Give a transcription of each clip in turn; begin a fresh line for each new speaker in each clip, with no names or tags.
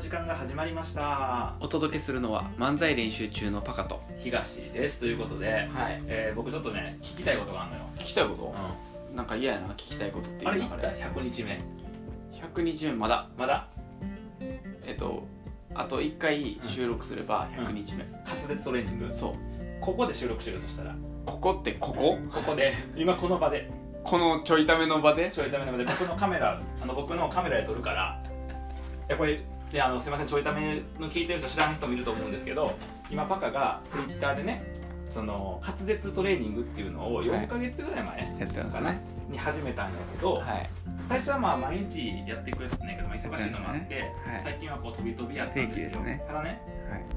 時間が始まりました
お届けするのは漫才練習中のパカと
東ですということで、
はい
えー僕ちょっとね聞きたいことがあるのよ、
聞きたいこ
う
となんか嫌やな聞きたいことってい
ん、あ
う
れ行
中
った
で
100日目
120円まだ
まだ
えっとあと1回収録すれば100日目、
滑舌トレーニング
そう
ここで収録してるそしたら
ここってここ
ここで 今この場で
このちょいための場で
ちょいための場で僕のカメラあの僕のカメラで撮るからいやこれであのすいませんちょいための聞いてる人知らない人もいると思うんですけど今パカがツイッターでねその滑舌トレーニングっていうのを4か月ぐらい前
やってま
かな、に始めたんだけど、
はい
最初はまあ毎日やっていくやつねけど、まあ、忙しいのもあって、
はい
最近はこう飛び飛びやったんです
不定期で
よ
すね
ただね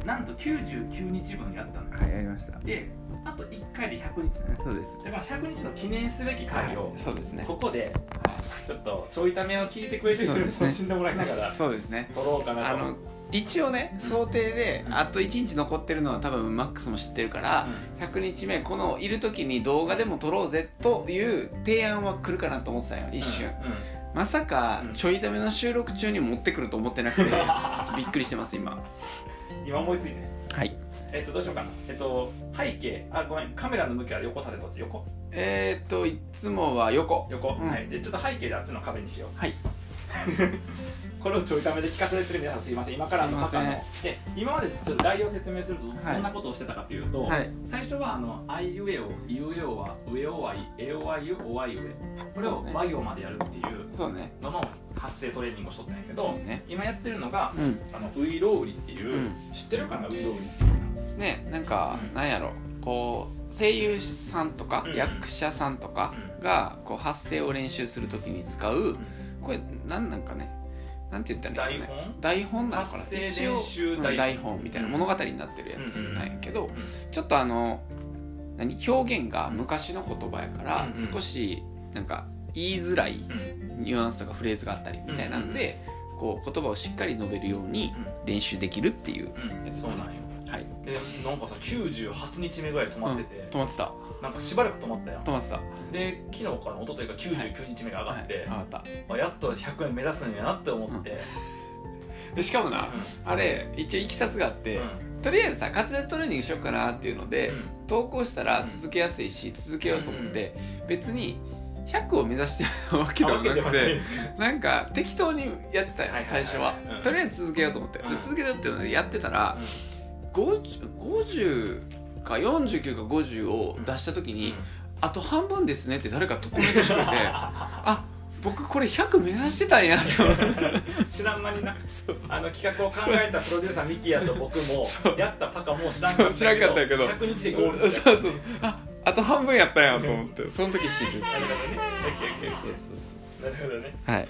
なんと99日分やったのよ
はいやりました
であと1回で100日だ
そうです
から100日の記念すべき回を、
そうですね
ここでちょっとちょいためを聞いてくれてる人に
そうですね
楽しんでもらいながら
そうですね
撮ろうかな
あ
と
の一応ね想定で
うん
あと1日残ってるのは多分マックスも知ってるから100日目このいる時に動画でも撮ろうぜという提案は来るかなと思ってたんよ一瞬、まさか
うん
ちょいための収録中に持ってくると思ってなくてちょっとびっくりしてます今
うん今思いついて
はい
えっとどうしようかなえっと背景あごめんカメラの向きは横立てどっち横
えー、っといつもは横
横、
うん
はいでちょっと背景であっちの壁にしよう
はい
これをちょいためで聞かされてる皆さんすいません今からあの
すいません
パカので今までちょっと概要を説明するとど
はい
んなことをしてたかというと、
はい
最初はあの「あいうえお」「いうえお」は「うえお」は「えお」は「ゆ」「お」は「ゆ」これ
そ
を
うね
和行までやるっていう
そうね
のの発声トレーニングをしとったんやけ
そ
ど
うね
今やってるのが
うん
あのウイロウリっていう、
うん
知ってるかなウイロウリっていう
ねなんか、
うん
なんやろこう声優さんとか、
うん
役者さんとかがこう発声を練習するときに使う、これなんなんかねなんて言ったらいい
台
のかね
本
台本なのかな
発声
一応
練習
うん
台本
台本みたいな
うん
物語になってるやつ
うんうん
なんやけど、
ん
ちょっとあの何表現が昔の言葉やから、
うんうん
少しなんか言いづらい
うん
ニュアンスとかフレーズがあったりみたいなんで、こう言葉をしっかり述べるように練習できるっていう、
うん、うん、そうなんよ
はい
でなんかさ98日目ぐらい止まってて、
止まってた
なんかしばらく止まったやん
止まってた
で昨日から一昨日が99日目が上がって、
はい、上がった
あやっと100円目指すんやなって思って、
でしかもな、
う
あれ一応いきさつがあって、とりあえずさ滑舌トレーニングしようかなっていうので、
うん
投稿したら
うん
続けやすいし、続けようと思って、別に100を目指してるわけ ではなくてなんか適当にやってたよ
はいはいはい
最初は、
うん
とりあえず続けようと思って、で
うん
続けたっていうのでやってたら、50, 50か49か50を出した時に、あと半分ですねって誰かとコメン トしてくれてあ僕これ100目指してたんやと思って
知らん間になあの企画を考えたプロデューサーミキヤと僕 もやったパカも知らんかった
そう知らんかったけど
100日でゴール
そう
した
そうそうああと半分やったんやと思ってその時知る
なるほどねオッケーオッケー
そうそうそ
なるほどね
うはい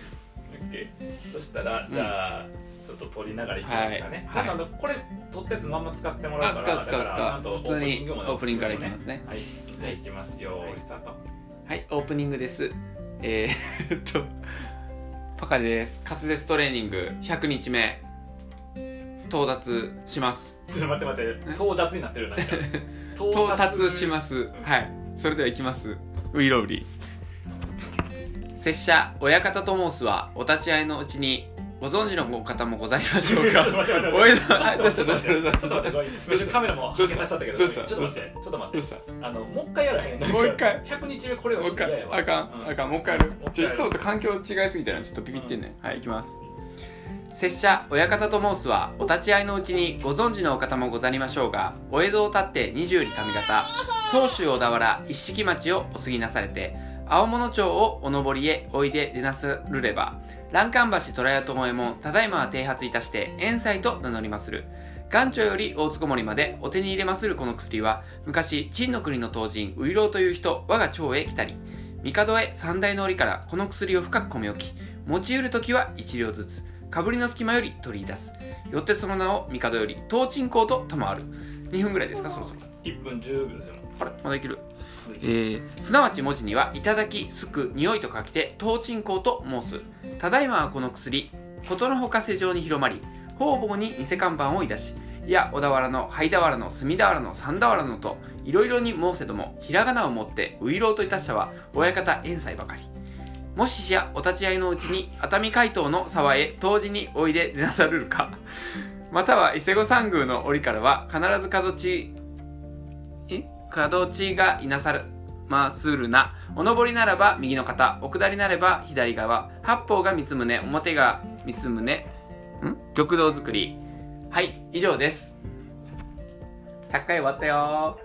オッケーそしたらじゃあ、ちょっと撮りながらいきますかね、
は
ちょ
い
っとあのこれ撮ったやつまんま使ってもらう
あ
か
使
ら
う使う
だからちゃん
使う
と
普通にオープニングからいきますすね
はいじゃあいきますよ、
はい
スタート
はいオープニングですえーえっとパカです滑舌トレーニング100日目到達します
ちょっと待って待って到達になってるななんか
到達し
す
ますはいそれではいきますウイロウリ拙者親方と申すはお立ち会いのうちにご存知のお方もございましょ う
ちょっ
か
と待って
おい
待って
あどうしたどうしたどうした
ちょっと待ってごめんごめんカメラも
ど
発
うし
見
た
させちゃったけど
どうした
ちょっと待ってちょっと待
どう
って
した
あのもう一回やらへん
もう一回
100日目これは
も
ち
う
ょっ
一
と嫌
回
やわ
あかん、
う
あかんもう一回やる
もう一回
ちょ
や
い
る
つもと環境違いすぎてなちょっとビビってんね、ん、はいいきます拙者親方と申すはお立ち会いのうちにご存知のお方もござりましょうがお江戸を立って二十里上方総州小田原一色町をお過ぎなされて青物町をお登りへおいで出なするれば欄干橋虎屋ともえもんただいまは剃髪いたして遠斎と名乗りまする元長より大塚森までお手に入れまするこの薬は昔陳の国の当人ウイロウという人我が町へ来たり帝へ三大の折からこの薬を深く込み置き持ち得る時は一両ずつかぶりの隙間より取り出すよってその名を帝より東鎮公と賜る2分ぐらいですかそろそろ
1分10秒ですよ
あれまだいけるえーすなわち文字には「いただき」「すく」「匂い」と書きて「東鎮公」と申すただいまはこの薬ことのほか世上に広まり方々に偽看板をいたしいや小田原の灰田原の隅田原の三田原のといろいろに申せどもひらがなを持ってういろうといたしたは親方遠斎ばかりもししやお立ち会いのうちに熱海街道の沢へ当時においででなさるるかまたは伊勢御山宮の折からは必ず門地え門地がいなさるまするなお上りならば右の方お下りなれば左側八方が三つ胸表が三つ胸ん玉堂作りはい以上です100回終わったよ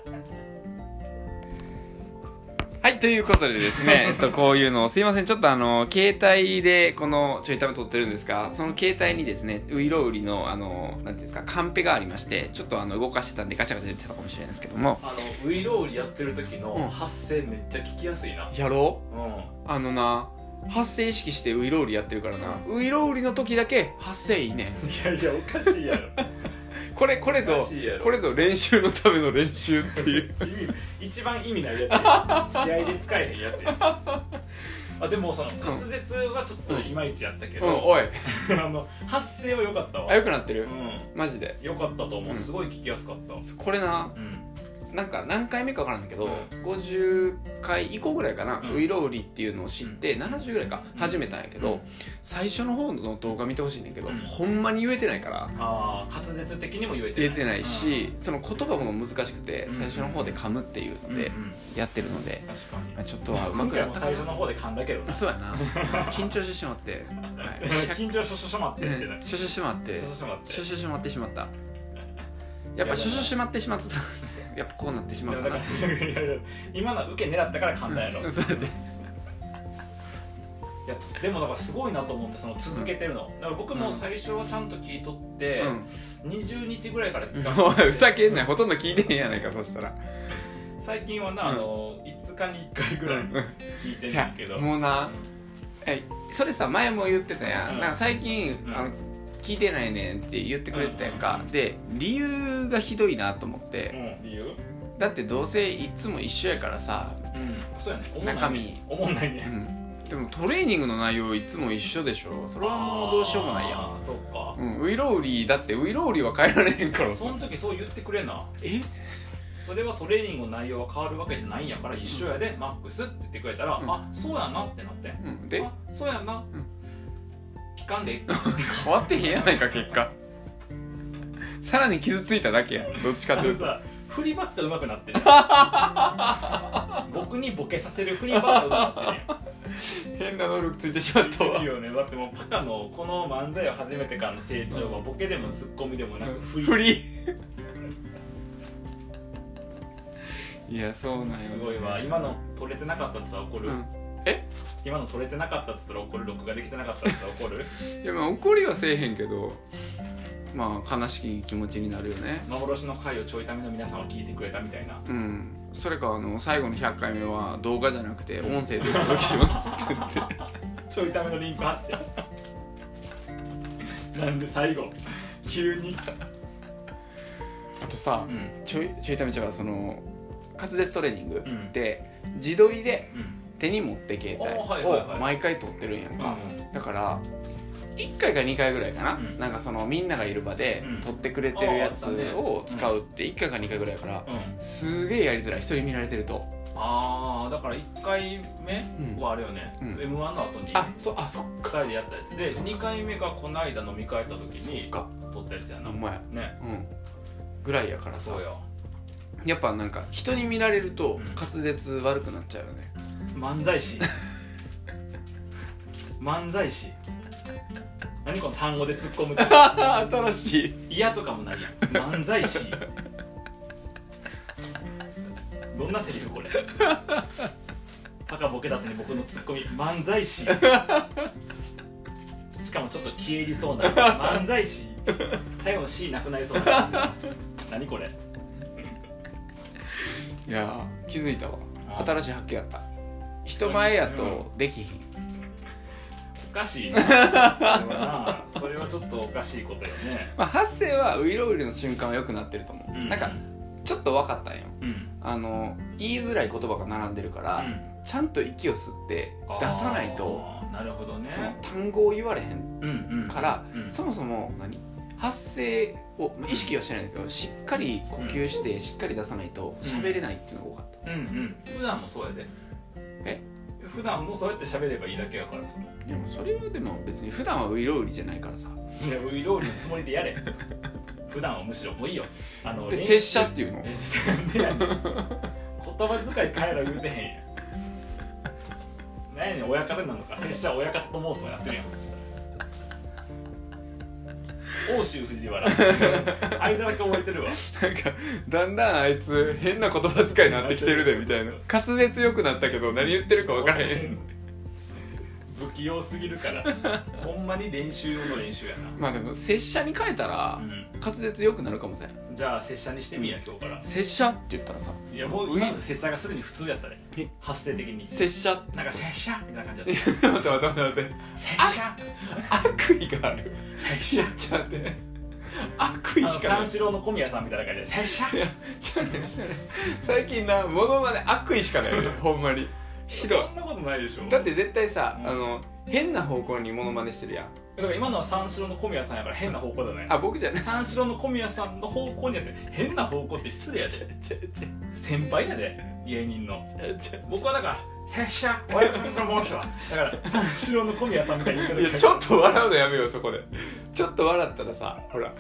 はい、ということでですね、えっと、こういうのを、すいません、ちょっとあの、携帯で、この、ちょいため撮ってるんですが、その携帯にですね、ういろうりの、あの、なんていうんですか、カンペがありまして、ちょっとあの、動かしてたんで、ガチャガチャ言ってたかもしれないですけども、
あのウイローリやってる時
うん
の発声めっちゃ聞きやすいな
やろう
うん
あのな、発声意識してういろうりやってるからな、ういろうりの時だけ、発声いいねん。
いやいやおかしい やろ
これ、これ
おか
ぞ、
しいやろ
これぞ練習のための練習って いう。
意味一番意味ないやつや試合で使えへんやつ やあでもその滑舌はちょっといまいちやったけ
うん、
ど、
おい、
あの発声は良かったわ
あ、よくなって
う
る
ん
マジで。
良かったと思
う
うんすごい聞きやすかったう
これな、
ん
なんか何回目か分からんだけど、
うん
50回以降ぐらいかな、
うん
ウイロウリっていうのを知って、70ぐらいか
うん
始めたんやけど、
うん
最初の方の動画見てほしいねんだけど、
うん
ほんまに言えてないから
ああ滑舌的にも言えて
言
ない
えてないし、その言葉も難しくて
うん
最初の方で噛むっていう
うんう
の
んう
で
ん
やってるので、
確かに
まあちょっとはうま
今
くや
回
っ
も
たか
最初
な
の方で噛んだけど な
そうやな緊張してしまって、はい、
緊張しょしょしょまってってな
しょしょしまって
しょしょしょまって
しょしょしまってしまったやっぱしょしょしまってしまったやっぱこうなってしまう
いや
か
だか
な
らいやいや 今のは受け狙ったから噛んだやろ、
うん そうやって
いやでもだからすごいなと思ってその続けてるの、だから僕も最初はちゃんと聞いとって、
うん
20日ぐらいから聞か
おいふざけんなよほとんど聞いてへんやないかそしたら
最近はな、あ の5日に1回ぐらい聞いて
い
る
や
けど、
もうなえそれさ前も言ってたやん,、
うん
なんか最近、
うん
あの聞いてないねんって言ってくれてたやんか、
うん
で理由がひどいなと思っ
う
て、
ん、理由
だってどうせいつも一緒やからさ、
うんそうやね
中身
おもんないうね
ん、でもトレーニングの内容いつも一緒でしょそれはもうどうしようもないやん
あーそっか、
うん、ウイロウリーだってウイロウリーは変えられへんからさ
その時そう言ってくれな
え
それはトレーニングの内容は変わるわけじゃないんやから一緒やで、マックスって言ってくれたら、
うん
あそうやなってなって
うん、で
あそうやな、
うん
聞かんで い い
変わってへんやないか結果 さらに傷ついただけやどっちか
あ
とい
の
うと
さ振りバッタ上手くなってるや ん僕にボケさせる振りバッタ上手くなって
変な能力ついてしまっ
る
た
やん
わ
いいよねだってもうパカのこの漫才を始めてからの成長はボケでもツッコミでもなく振り
フリー いやそうなんよ
すごいわ今の取れてなかったっつったら怒
う
る、
ん
今の取れてなかったっつったら怒る録画できてなかったっつったら怒る
いやまあ怒りはせえへんけどまあ悲しき気持ちになるよね
幻の回をちょいための皆さんは聞いてくれたみたいな
うんそれかあの最後の100回目は動画じゃなくて音声でお届けし ますって言って
ちょいためのリンク貼って なんで最後急に
あとさ
うん
ちょいちょいためちゃんはその滑舌トレーニング
うん
で自撮りで
うん
手に持って携帯
あはいはいは
を
い
毎回撮ってるんやん
うん
かだから1回か2回ぐらいかな、
うん
なんかそのみんながいる場で
うん
撮ってくれてるやつ
ああったね
を使うって1回か2回ぐらいだから
うん
すげえやりづらい人に見られてると
ああだから1回目はあれよね、
うん
m 1の後に
あそあそっ
1
か
回でやったやつで
そうか
2回目がこの間飲み会行った時
そっ
に
か
撮ったやつやな
ほんまや
ね
うんぐらいやからさ
そうよ
やっぱなんか人に見られると
うん
滑舌悪くなっちゃうよ ね、
漫才師漫才師何この単語で突っ込むって
新しい
嫌とかもないやん漫才師どんなセリフこれパカボケだったに僕のツッコミ漫才師しかもちょっと消えりそうな漫才師最後の C なくなりそうな何これ
いやー気づいたわ
あ
新しい発見やった人前やとできひん
おかしいなそれはなそれはちょっとおかしいことよね
まあ発声はウイロウイロの瞬間は良くなってると思う、
う
なんかちょっと分かったんよ
うん
あの言いづらい言葉が並んでるから、
うん
ちゃんと息を吸って出さないと
あーなるほどね
その単語を言われへん
うんうん
から、
うん
そもそも何発声をまあ意識はしてないんだけどしっかり呼吸してしっかり出さないと喋れないっていうのが多かっ
うんうん普段もそうやで
え
普段もそうやって喋ればいいだけやから さ
でもそれはでも別に普段はウイロウリじゃないからさ
いやウイロールのつもりでやれ普段はむしろもういいよあの
で拙 者っていうの
練習してなんでやねん言葉遣い変えろ言うてへんやん何やねん親方なのか拙者は親方と申すのやっ てるやん欧州藤原間だけ覚えてるわ
なんかだんだんあいつ変な言葉遣いになってきてるでみたいな 滑舌よくなったけど何言ってるか分からへ ん
不器用すぎるからほんまに練習用の練習や
まあでも拙者に変えたら
な、う
滑舌良くなるかもしれん
ん、じゃあ拙者にしてみや今日から
拙者って言ったらさ
いやもう今の拙者がすでに普通やったで
え
発声的に
拙者って
なんか 拙者みたいな感じだっ
待って待って待って
た拙者
悪意がある
拙者
ちゃって 悪意
あ
し
の
かな
三
い
四郎の小宮さんみたいな感じで「拙者
いやちゃうねんちゃうねん最近なものまね悪意しかないよねほんまにひど
そんなことないでしょ
いだって絶対さ、
うん
あの変な方向にモノマネしてるやん
だから今のは三四郎の小宮さんやから変な方向だね
あ僕じゃない
三四郎の小宮さんの方向にあって変な方向って失礼やで先輩やで芸人の僕はだから拙者親分の申しは だから三四郎の小宮さんみたいに言
いやちょっと笑うのやめようそこでちょっと笑ったらさほら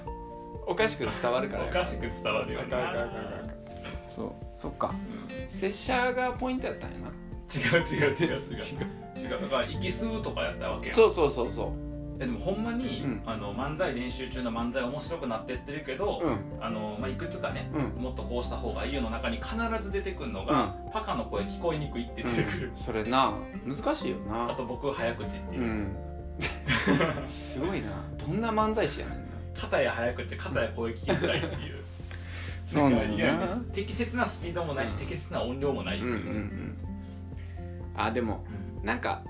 おかしく伝わるから
おかしく伝わるよ
あかんあかんあかんあかんそうそっか
うん
拙者がポイントやったんやな
違う違う違う違う違うだから息吸うとかやったわけよ
そうそうそうそ
えでもほんまに、
うん
あの漫才練習中の漫才面白くなってってるけど、
ううん
あのまあ、いくつかね、
うん
もっとこうした方がいいよの中に必ず出てくるのが、パカの声聞こえにくいって出てくる、
それな難しいよ
あ
な
と僕早口って
う
いう、
んすごいなどんな漫才師やねんな
肩や早口肩や声聞きづらいっていう
そうなんだ
い
よ
や
な
適切なスピードもないし、
うん
適切な音量もないっ
う
て
んう
い
ん
う、
うんあでもなんか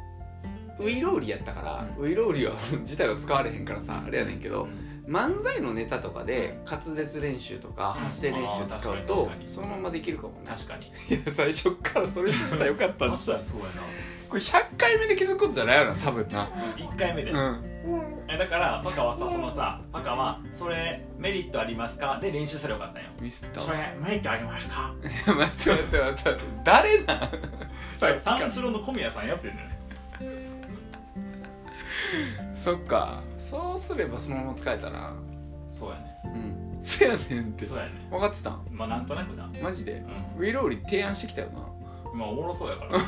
ウイロウリやったから、ウイロウリは自体は使われへんからさあれやねんけど漫才のネタとかで滑舌練習とか
うん
発声練習使うと
あー確かに確かに
そのままできるかもね
確かに
いや最初っからそれしてたらよかったん
確
ちゃ
か
う
にそうや
これ100回目で気づくことじゃないよな多分な
な1回目で、
うん
えだからパカはさそのさパカは「それメリットありますか?」で練習したらよかったんよ
ミスった
それメリットありますか
待って待って待って待って誰なんさっきか
三四郎の小宮さんやってるね
らそっか
そうすればそのまま使えたな
そうやね
うん
そやねんって
そうやね
分かってたん
まあなんとなくな
マジで
う
ウイロウリ提案してきたよなん
まあおもろそうやからだか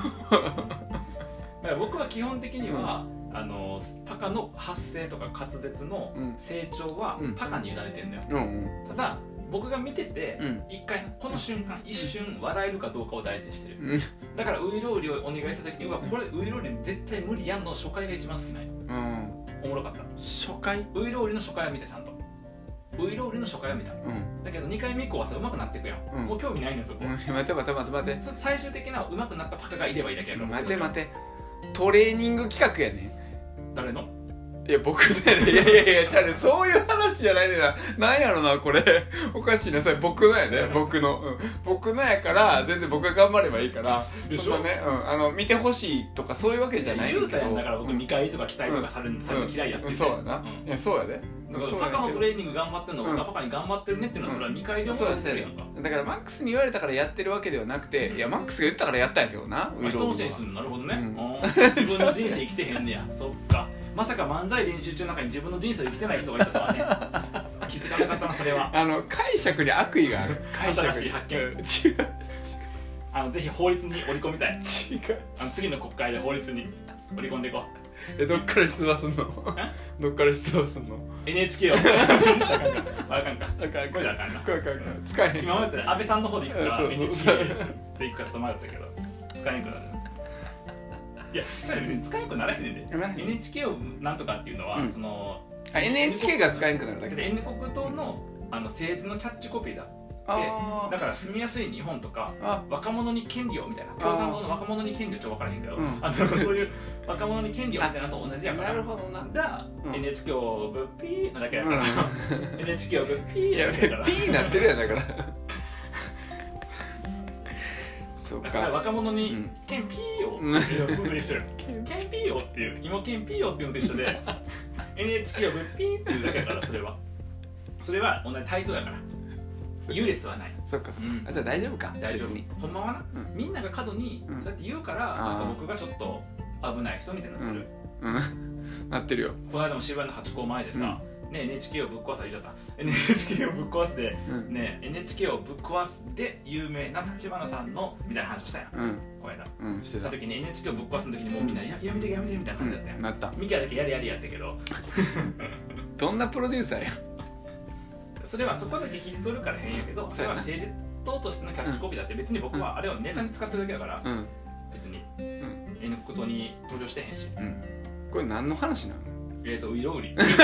ら僕は基本的には、あのパカの発声とか滑舌の
うん
成長は
うん
パカに委ねてんだよ
うん
ただ僕が見てて
うんうん
一回この瞬間一瞬笑えるかどうかを大事にしてる
うん
だからウイローリをお願いした時にうわこれウイローリ絶対無理やんの初回が一番好きなんよ
うん
おもろかった
初回
ウイローリの初回は見たちゃんとウイローリの初回は見た
うん
だけど2回目以降はさうまくなっていくやん、
うん
もう興味ないんですよ、
うん待て待て待て待て
そ最終的なうまくなったパカがいればいいだけやから
待て待
て
てトレーニング企画やね
誰の
いや、僕だよね。いやいやいや、じゃあね、そういう話じゃないねんな。なんやろな、これ。おかしいな、それ僕のやね。僕の。うん、僕のやから、全然僕が頑張ればいいから。
でしょ
そんなね、うん。あの、見てほしいとかそういうわけじゃない
言うた
けど。
やんだから僕
うん
見返りとか期待とかされるのされるの嫌いやって
う
言っ
ん、
て
そうやな。
ん
いや、そうやで。
だから
そう
パ
や
カの
け
ト
ど
レーニング頑張ってるの
うん
僕がパカに頑張ってるねっていうのはそれは見返りを
そ
求
うや
め
そう
てる
や
やんか
だからマックスに言われたからやってるわけではなくて、いやマックスが言ったからやったんやけどなウ
まあ
イ
人
ロ
の
ー
せい
ル
にするのなるほどね、
うん
うん自分の人生生きてへんね やそっかまさか漫才練習中の中に自分の人生を生きてない人がいたとはね 気づかなかったなそれは
あの解釈に悪意がある解釈に
新しい発見
うん違う
あのぜひ法律に織り込みたい
違う
あの次の国会で法律に織り込んでいこう
えどっから出馬すんの
え
どっから出馬すんの
NHK を あかんか
あかんあ
こ
かん
れであかんな
使えへん
今までだったら安倍さんの方で行くから
そうそう
NHK で行くからちょっと迷ったけど使えんくなるいやそれ別に使えんくならへんねんで
ならへん
NHK をなんとかっていうのは、
うん
その
あ NHK が使えんくなるだ
だ
け
け
で
ど N 国党のあの政治のキャッチコピーだ
あ
だから住みやすい日本とか
ーあ
若者に権利をみたいな共産党の若者に権利をちょっと分からへんけど、
うん
あのそういう若者に権利をみたいなのと同じやから
なるほどな
が、
うん
NHK をぶっぴーなだけや
う
か
ん
ら、NHK をぶっぴ
い
ー
や
なだ
ピ
けやから
ーになってるやん だからそう
だから
か
若者
う
に
ん
「ケンピーよ」
うん
っていうふうにしてる「ケンピーよ」っていう「芋ケンピーよ」っていうのと一緒で NHK をぶっピーっていうだけだからそれはそれは同じタイトルやから優劣はない、
そっかそっか、
うん
あじゃあ大丈夫か
大丈
別に
夫ほんまはな、
うん
みんなが過度に
うん
そうやって言うから、
あー
なんか僕がちょっと危ない人みたいになってる、
うんなってるよ、
この間も渋谷のハチ公前でさ、ね NHK をぶっ壊す言っちゃった NHK をぶっ壊すで
うん
ね NHK をぶっ壊すで有名な立花さんのみたいな話をしたやん
うん
この間
うんして
そ
た
の時に NHK をぶっ壊すの時にもうみんなややめてけやめてけみたいな
う
感じだったやん、
んなった
ミキはだけやれやれやってけど
どんなプロデューサーや
それはそこだけ切り取るから変やけど、
うん
それは政治党としてのキャッチコピーだって別に僕はあれをネタに使ってるだけだから
うん
別に
ん
N ことに投票してへんし
うんこれ何の話なの
えーと、ウイロ ウリ。100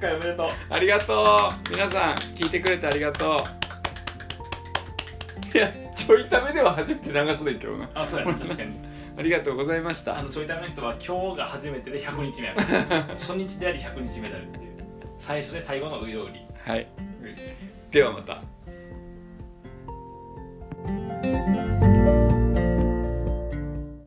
回おめでとう。
ありがとう皆さん聞いてくれてありがとういやちょいためでは初めて流すね今日な
あ、そう やな、確かに。
ありがとうございました
あの、ちょいための人は今日が初めてで100日目や から。初日であり100日目であるっていう。最初で最後のウイロウリ。
はいではまた